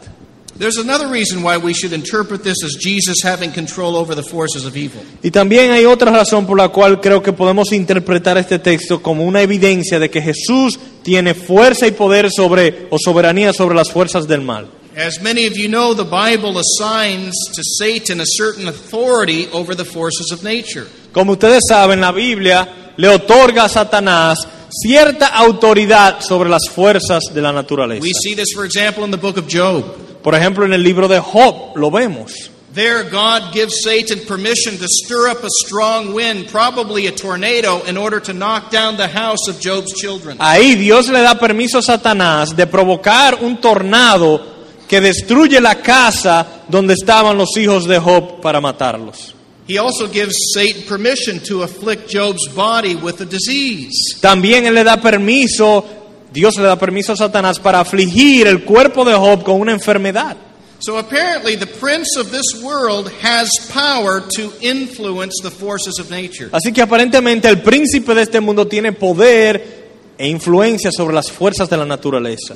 [SPEAKER 1] There's another reason why we should interpret this as Jesus having control over the forces of evil.
[SPEAKER 2] Y también hay otra razón por la cual creo que podemos interpretar este texto como una evidencia de que Jesús tiene fuerza y poder sobre o soberanía sobre las fuerzas del mal.
[SPEAKER 1] As many of you know, the Bible assigns to Satan a certain authority over the forces of nature.
[SPEAKER 2] Como ustedes saben, la Biblia le otorga a Satanás cierta autoridad sobre las fuerzas de la naturaleza.
[SPEAKER 1] We see this, for example, in the book of Job.
[SPEAKER 2] Por ejemplo, en el libro de Job lo vemos.
[SPEAKER 1] There, God gives Satan permission to stir up a strong wind, probably a tornado, in order to knock down the house of Job's children.
[SPEAKER 2] Ahí Dios le da permiso a Satanás de provocar un tornado que destruye la casa donde estaban los hijos de Job para matarlos.
[SPEAKER 1] He also gives Satan permission to afflict Job's body with a disease.
[SPEAKER 2] También él le da permiso, Dios le da permiso a Satanás para afligir el cuerpo de Job con una enfermedad.
[SPEAKER 1] So apparently, the prince of this world has power to influence the forces of nature.
[SPEAKER 2] Así que aparentemente el príncipe de este mundo tiene poder e influencia sobre las fuerzas de la naturaleza.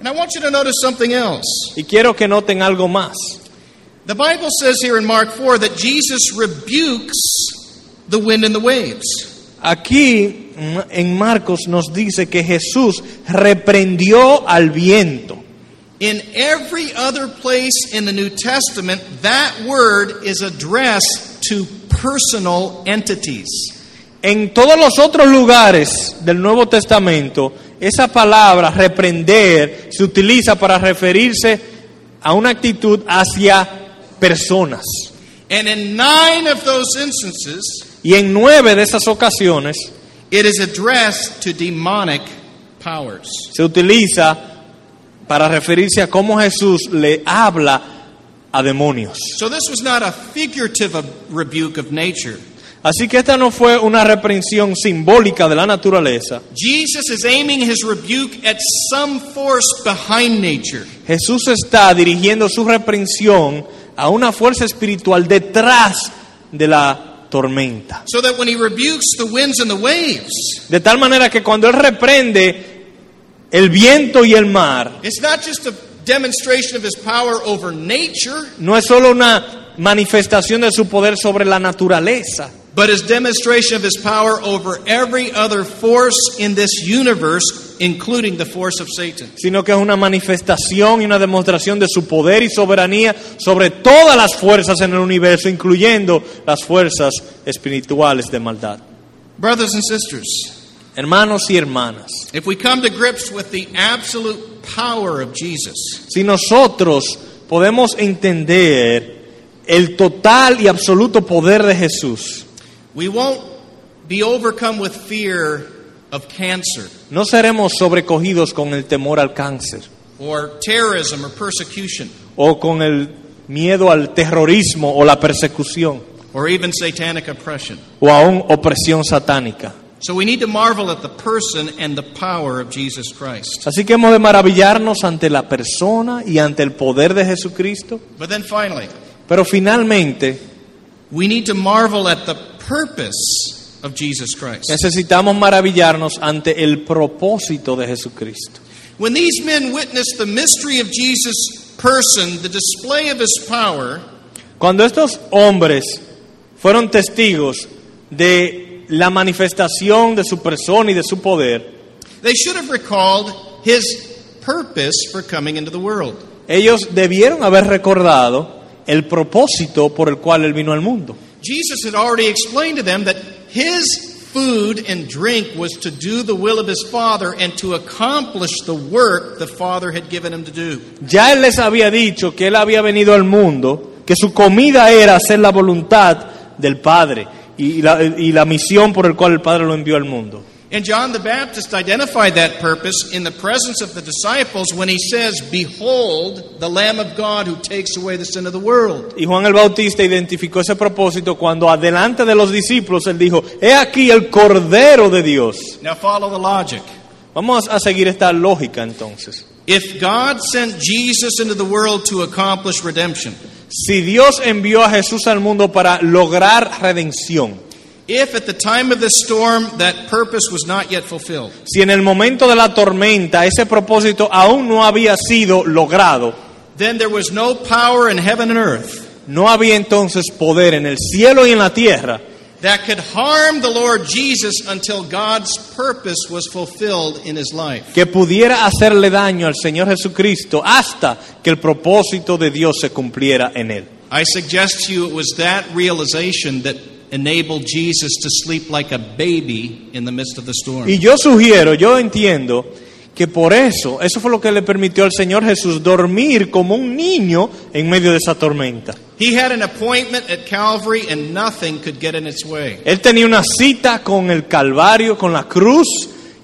[SPEAKER 1] And I want you to notice something else.
[SPEAKER 2] Y quiero que noten algo más.
[SPEAKER 1] The Bible says here in Mark 4 that Jesus rebukes the wind and the waves.
[SPEAKER 2] Aquí mm, en Marcos nos dice que Jesús reprendió al viento.
[SPEAKER 1] In every other place in the New Testament, that word is addressed to personal entities.
[SPEAKER 2] En todos los otros lugares del Nuevo Testamento, esa palabra reprender se utiliza para referirse a una actitud hacia personas.
[SPEAKER 1] And in nine of those instances,
[SPEAKER 2] Y en nueve de esas ocasiones
[SPEAKER 1] it is addressed to demonic powers.
[SPEAKER 2] se utiliza para referirse a cómo Jesús le habla a demonios.
[SPEAKER 1] So this was not a figurative ab- rebuke of nature.
[SPEAKER 2] Así que esta no fue una reprensión simbólica de la naturaleza.
[SPEAKER 1] Jesus is aiming his rebuke at some force behind nature.
[SPEAKER 2] Jesús está dirigiendo su reprensión a una fuerza espiritual detrás de la tormenta.
[SPEAKER 1] So that when he rebukes the winds and the waves,
[SPEAKER 2] De tal manera que cuando Él reprende el viento y el mar,
[SPEAKER 1] it's not just a demonstration of his power over nature,
[SPEAKER 2] no es solo una manifestación de su poder sobre la naturaleza,
[SPEAKER 1] but his demonstration of his power over every other force in this universe, including the force of Satan.
[SPEAKER 2] sino que es una manifestación y una demostración de su poder y soberanía sobre todas las fuerzas en el universo, incluyendo las fuerzas espirituales de maldad.
[SPEAKER 1] Brothers and sisters,
[SPEAKER 2] Hermanos y hermanas,
[SPEAKER 1] if we come to grips with the absolute power of Jesus,
[SPEAKER 2] Si nosotros podemos entender el total y absoluto poder de Jesús,
[SPEAKER 1] we won't be overcome with fear of cancer
[SPEAKER 2] no seremos sobrecogidos con el temor al cáncer
[SPEAKER 1] or terrorism or persecution
[SPEAKER 2] o con el miedo al terrorismo o la persecución
[SPEAKER 1] or even satanic oppression.
[SPEAKER 2] o aún opresión satánica.
[SPEAKER 1] So we need to marvel at the person and the power of Jesus Christ.
[SPEAKER 2] Así que hemos de maravillarnos ante la persona y ante el poder de Jesucristo.
[SPEAKER 1] But then finally,
[SPEAKER 2] Pero finalmente
[SPEAKER 1] we need to marvel at the purpose of Jesus Christ.
[SPEAKER 2] necesitamos maravillarnos ante el propósito de Jesucristo.
[SPEAKER 1] When these men witnessed the mystery of Jesus' person, the display of his power,
[SPEAKER 2] Cuando estos hombres fueron testigos de la manifestación de su persona y de su poder,
[SPEAKER 1] they should have recalled his purpose for coming into the world.
[SPEAKER 2] ellos debieron haber recordado el propósito por el cual él vino al mundo.
[SPEAKER 1] Jesus had already explained to them that his food and drink was to do the will of his Father and to accomplish the work the Father had given him to do.
[SPEAKER 2] Ya él les había dicho que él había venido al mundo, que su comida era hacer la voluntad del Padre y la, y la misión por el cual el Padre lo envió al mundo.
[SPEAKER 1] And John the Baptist identified that purpose in the presence of the disciples when he says, Behold, the Lamb of God who takes away the sin of the world.
[SPEAKER 2] Y Juan el Bautista identificó ese propósito cuando adelante de los discípulos él dijo, he aquí el Cordero de Dios
[SPEAKER 1] Now follow the logic.
[SPEAKER 2] Vamos a seguir esta lógica entonces.
[SPEAKER 1] If God sent Jesus into the world to accomplish redemption,
[SPEAKER 2] Si Dios envió a Jesús al mundo para lograr redención,
[SPEAKER 1] if at the time of this storm that purpose was not yet fulfilled,
[SPEAKER 2] si en el momento de la tormenta ese propósito aún no había sido logrado,
[SPEAKER 1] then there was no power in heaven and earth
[SPEAKER 2] no había entonces poder en el cielo y en la tierra
[SPEAKER 1] that could harm the Lord Jesus until God's purpose was fulfilled in his life.
[SPEAKER 2] que pudiera hacerle daño al Señor Jesucristo hasta que el propósito de Dios se cumpliera en él.
[SPEAKER 1] I suggest to you it was that realization that enabled Jesus to sleep like a baby in the midst of the storm.
[SPEAKER 2] Y yo sugiero, yo entiendo que por eso, eso fue lo que le permitió al Señor Jesús dormir como un niño en medio de esa tormenta.
[SPEAKER 1] He had an appointment at Calvary and nothing could get in its way.
[SPEAKER 2] Él tenía una cita con el Calvario, con la cruz,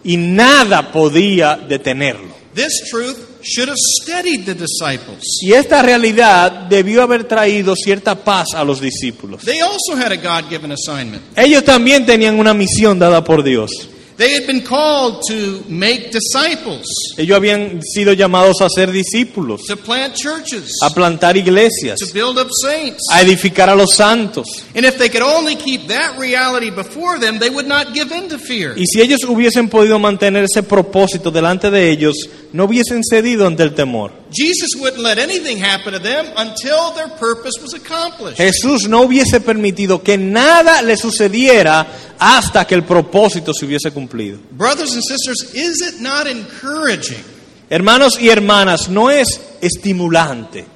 [SPEAKER 2] y nada podía detenerlo.
[SPEAKER 1] This truth should have steadied the disciples.
[SPEAKER 2] Y esta realidad debió haber traído cierta paz a los discípulos.
[SPEAKER 1] They also had a God given assignment.
[SPEAKER 2] Ellos también tenían una misión dada por Dios.
[SPEAKER 1] They had been called to make disciples,
[SPEAKER 2] Ellos habían sido llamados a ser discípulos,
[SPEAKER 1] to plant churches,
[SPEAKER 2] a plantar iglesias,
[SPEAKER 1] to build up saints.
[SPEAKER 2] a edificar a los santos.
[SPEAKER 1] And if they could only keep that reality before them, they would not give in to fear.
[SPEAKER 2] Y si ellos hubiesen podido mantener ese propósito delante de ellos, no hubiesen cedido ante el temor.
[SPEAKER 1] Jesus wouldn't let anything happen to them until their purpose was accomplished.
[SPEAKER 2] Jesús no hubiese permitido que nada le sucediera hasta que el propósito se hubiese cumplido.
[SPEAKER 1] Brothers and sisters, is it not encouraging?
[SPEAKER 2] Hermanos y hermanas, no es estimulante.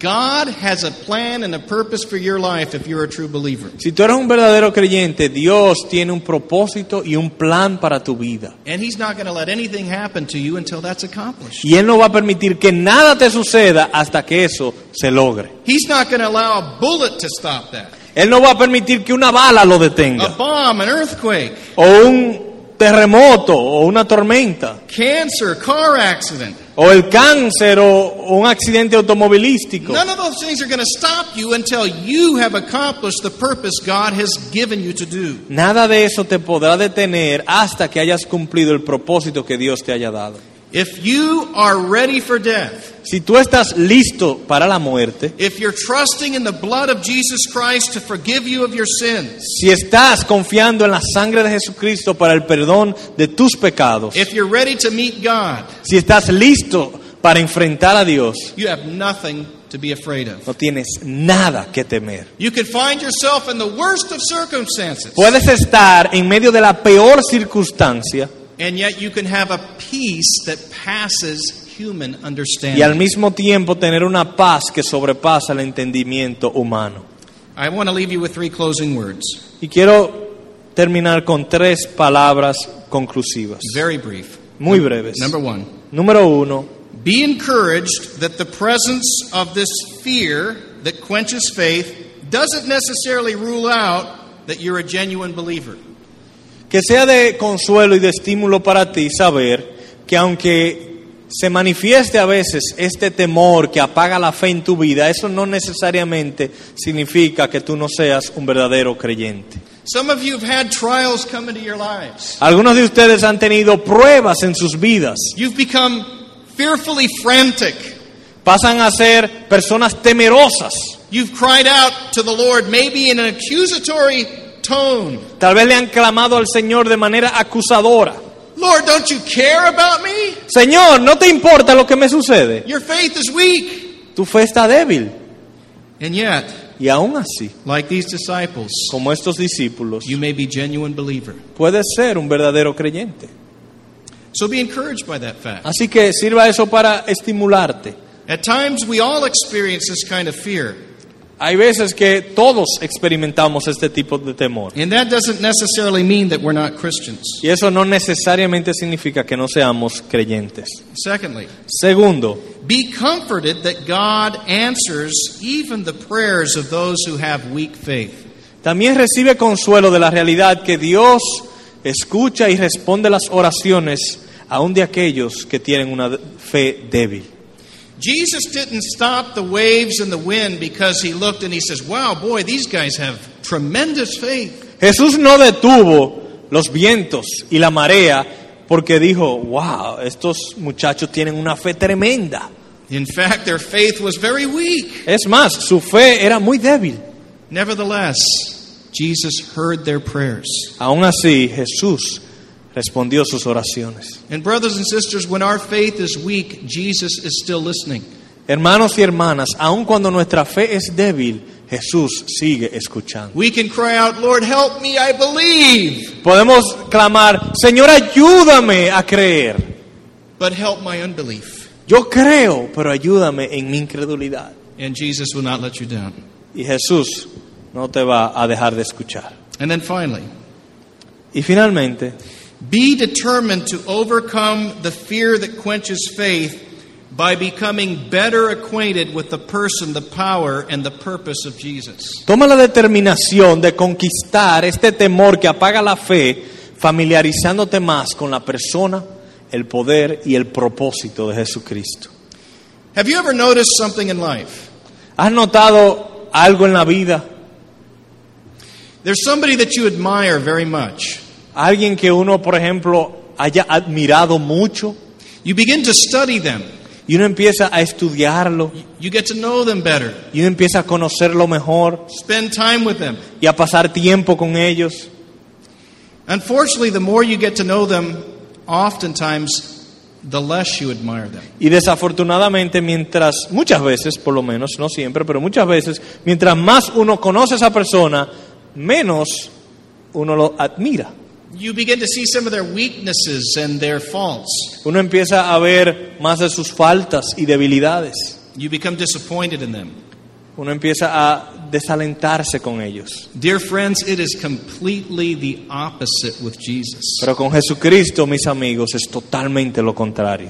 [SPEAKER 1] God has a plan and a purpose for your life if you're a true believer.
[SPEAKER 2] Si tú eres un verdadero creyente, Dios tiene un propósito y un plan para tu vida.
[SPEAKER 1] And He's not going to let anything happen to you until that's accomplished.
[SPEAKER 2] Y Él no va a permitir que nada te suceda hasta que eso se logre.
[SPEAKER 1] He's not going to allow a bullet to stop that,
[SPEAKER 2] Él no va a permitir que una bala lo
[SPEAKER 1] a
[SPEAKER 2] detenga,
[SPEAKER 1] bomb, an earthquake,
[SPEAKER 2] o un terremoto, o una tormenta,
[SPEAKER 1] cancer, car accident.
[SPEAKER 2] o el cáncer, o, o un accidente automovilístico.
[SPEAKER 1] None of those things are going to stop you until you have accomplished the purpose God has given you to do.
[SPEAKER 2] Nada de eso te podrá detener hasta que hayas cumplido el propósito que Dios te haya dado.
[SPEAKER 1] If you are ready for death,
[SPEAKER 2] Si tú estás listo para la muerte,
[SPEAKER 1] if you're trusting in the blood of Jesus Christ to forgive you of your sins,
[SPEAKER 2] si estás confiando en la sangre de Jesucristo para el perdón de tus pecados,
[SPEAKER 1] if you're ready to meet God,
[SPEAKER 2] si estás listo para enfrentar a Dios,
[SPEAKER 1] you have nothing to be afraid of.
[SPEAKER 2] no tienes nada que temer.
[SPEAKER 1] You could find yourself in the worst of circumstances,
[SPEAKER 2] Puedes estar en medio de la peor circunstancia
[SPEAKER 1] and yet you can have a peace that passes human
[SPEAKER 2] y al
[SPEAKER 1] understanding.
[SPEAKER 2] mismo tiempo tener una paz que sobrepasa el entendimiento humano.
[SPEAKER 1] I want to leave you with three closing words,
[SPEAKER 2] Y quiero terminar con tres palabras conclusivas,
[SPEAKER 1] very brief.
[SPEAKER 2] muy breves.
[SPEAKER 1] Number one.
[SPEAKER 2] Número uno,
[SPEAKER 1] Be encouraged that the presence of this fear that quenches faith doesn't necessarily rule out that you're a genuine believer.
[SPEAKER 2] que sea de consuelo y de estímulo para ti saber que aunque se manifieste a veces este temor que apaga la fe en tu vida, eso no necesariamente significa que tú no seas un verdadero creyente.
[SPEAKER 1] Some of you have had trials come into your lives.
[SPEAKER 2] Algunos de ustedes han tenido pruebas en sus vidas,
[SPEAKER 1] You've become fearfully frantic.
[SPEAKER 2] pasan a ser personas temerosas.
[SPEAKER 1] You've cried out to the Lord, maybe in an accusatory tone
[SPEAKER 2] Tal vez le han clamado al Señor de manera acusadora.
[SPEAKER 1] Lord, don't you care about me?
[SPEAKER 2] Señor, ¿no te importa lo que me sucede?
[SPEAKER 1] Your faith is weak.
[SPEAKER 2] Tu fe está débil.
[SPEAKER 1] And yet,
[SPEAKER 2] Y aún así,
[SPEAKER 1] like these disciples,
[SPEAKER 2] como estos discípulos,
[SPEAKER 1] you may be genuine believer.
[SPEAKER 2] puedes ser un verdadero creyente.
[SPEAKER 1] So be encouraged by that fact.
[SPEAKER 2] Así que sirva eso para estimularte.
[SPEAKER 1] At times, we all experience this kind of fear,
[SPEAKER 2] Hay veces que todos experimentamos este tipo de temor.
[SPEAKER 1] and that doesn't necessarily mean that we're not Christians.
[SPEAKER 2] Y eso no necesariamente significa que no seamos creyentes.
[SPEAKER 1] Secondly,
[SPEAKER 2] Segundo,
[SPEAKER 1] be comforted that God answers even the prayers of those who have weak faith.
[SPEAKER 2] también recibe consuelo de la realidad que Dios escucha y responde las oraciones aun de aquellos que tienen una fe débil.
[SPEAKER 1] Jesus didn't stop the waves and the wind because he looked and he says, Wow, boy, these guys have tremendous faith.
[SPEAKER 2] Jesús no detuvo los vientos y la marea porque dijo, wow, estos muchachos tienen una fe tremenda.
[SPEAKER 1] In fact, their faith was very weak.
[SPEAKER 2] Es más, su fe era muy débil.
[SPEAKER 1] Nevertheless, Jesus heard their prayers.
[SPEAKER 2] Aún así, Jesús respondió sus oraciones.
[SPEAKER 1] And, brothers and sisters, when our faith is weak, Jesus is still listening.
[SPEAKER 2] Hermanos y hermanas, aun cuando nuestra fe es débil, Jesús sigue escuchando.
[SPEAKER 1] We can cry out, Lord, help me, I believe,
[SPEAKER 2] Podemos clamar, Señor, ayúdame a creer.
[SPEAKER 1] but help my unbelief.
[SPEAKER 2] Yo creo, pero ayúdame en mi incredulidad.
[SPEAKER 1] And Jesus will not let you down.
[SPEAKER 2] Y Jesús no te va a dejar de escuchar.
[SPEAKER 1] And then finally,
[SPEAKER 2] Y finalmente,
[SPEAKER 1] be determined to overcome the fear that quenches faith by becoming better acquainted with the person, the power, and the purpose of Jesus.
[SPEAKER 2] Toma la determinación de conquistar este temor que apaga la fe, familiarizándote más con la persona, el poder y el propósito de Jesucristo.
[SPEAKER 1] Have you ever noticed something in life?
[SPEAKER 2] ¿Has notado algo en la vida?
[SPEAKER 1] There's somebody that you admire very much.
[SPEAKER 2] Alguien que uno, por ejemplo, haya admirado mucho
[SPEAKER 1] You begin to study them.
[SPEAKER 2] y uno empieza a estudiarlo
[SPEAKER 1] You get to know them better.
[SPEAKER 2] y uno empieza a conocerlo mejor
[SPEAKER 1] Spend time with them.
[SPEAKER 2] y a pasar tiempo con ellos.
[SPEAKER 1] Unfortunately, the more you get to know them, oftentimes the less you admire them.
[SPEAKER 2] Y desafortunadamente, mientras, muchas veces, por lo menos, no siempre, pero muchas veces, mientras más uno conoce a esa persona, menos uno lo admira.
[SPEAKER 1] You begin to see some of their weaknesses and their faults.
[SPEAKER 2] Uno empieza a ver más de sus faltas y debilidades.
[SPEAKER 1] You become disappointed in them.
[SPEAKER 2] Uno empieza a desalentarse con ellos.
[SPEAKER 1] Dear friends, it is completely the opposite with Jesus.
[SPEAKER 2] Pero con Jesucristo, mis amigos, es totalmente lo contrario.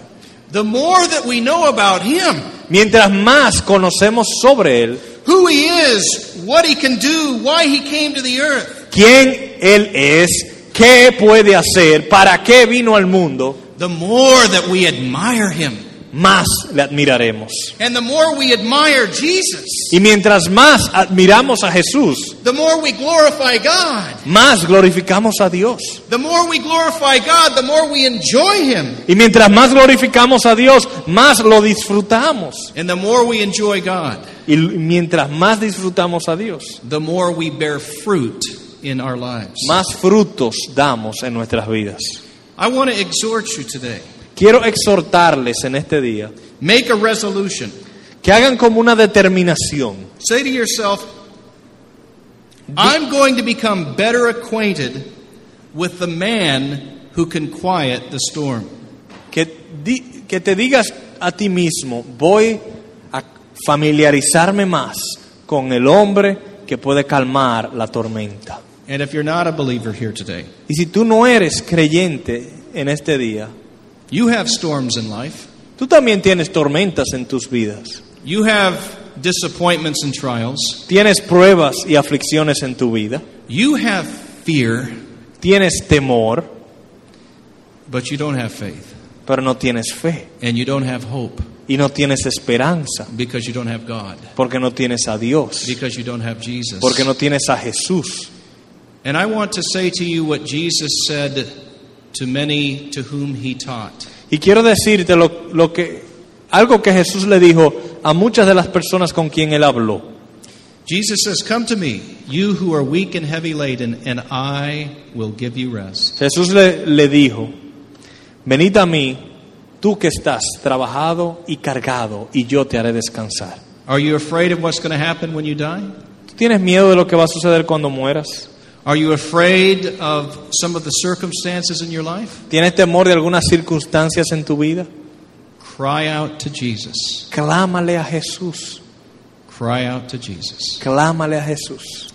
[SPEAKER 1] The more that we know about Him,
[SPEAKER 2] Mientras más conocemos sobre Él,
[SPEAKER 1] who He is, what He can do, why He came to the earth,
[SPEAKER 2] quién Él es, qué puede hacer, para qué vino al mundo,
[SPEAKER 1] the more that we admire Him.
[SPEAKER 2] más le admiraremos.
[SPEAKER 1] And the more we admire Jesus,
[SPEAKER 2] Y mientras más admiramos a Jesús,
[SPEAKER 1] the more we glorify God.
[SPEAKER 2] más glorificamos a Dios.
[SPEAKER 1] The more we glorify God, the more we enjoy Him.
[SPEAKER 2] Y mientras más glorificamos a Dios, más lo disfrutamos.
[SPEAKER 1] And the more we enjoy God,
[SPEAKER 2] Y l- mientras más disfrutamos a Dios,
[SPEAKER 1] the more we bear fruit in our lives.
[SPEAKER 2] más frutos damos en nuestras vidas.
[SPEAKER 1] I want to exhort you today
[SPEAKER 2] Quiero exhortarles en este día
[SPEAKER 1] make a resolution.
[SPEAKER 2] que hagan como una determinación.
[SPEAKER 1] Say to yourself, I'm going to become better acquainted with the man who can quiet the storm.
[SPEAKER 2] Que, di- que te digas a ti mismo, voy a familiarizarme más con el hombre que puede calmar la tormenta.
[SPEAKER 1] And if you're not a believer here today,
[SPEAKER 2] Y si tú no eres creyente en este día,
[SPEAKER 1] you have storms in life,
[SPEAKER 2] tú también tienes tormentas en tus vidas.
[SPEAKER 1] you have disappointments and trials,
[SPEAKER 2] Tienes pruebas y aflicciones en tu vida.
[SPEAKER 1] you have fear,
[SPEAKER 2] Tienes temor,
[SPEAKER 1] but you don't have faith,
[SPEAKER 2] pero no tienes fe.
[SPEAKER 1] and you don't have hope
[SPEAKER 2] Y no tienes esperanza,
[SPEAKER 1] because you don't have God,
[SPEAKER 2] porque no tienes a Dios,
[SPEAKER 1] because you don't have Jesus.
[SPEAKER 2] porque no tienes a Jesús.
[SPEAKER 1] And I want to say to you what Jesus said to many to whom he taught.
[SPEAKER 2] Y quiero decirte lo, lo que, algo que Jesús le dijo a muchas de las personas con quien él habló.
[SPEAKER 1] Jesus says, Come to me, you who are weak and heavy laden, and I will give you rest.
[SPEAKER 2] Jesús le, le dijo, venid a mí, tú que estás trabajado y cargado, y yo te haré descansar.
[SPEAKER 1] Are you afraid of what's going to happen when you die?
[SPEAKER 2] ¿Tú tienes miedo de lo que va a suceder cuando mueras?
[SPEAKER 1] Are you afraid of some of the circumstances in your life?
[SPEAKER 2] ¿Tienes temor de algunas circunstancias en tu vida?
[SPEAKER 1] Cry out to Jesus.
[SPEAKER 2] Clámale a Jesús,
[SPEAKER 1] Cry out to Jesus.
[SPEAKER 2] clámale a Jesús.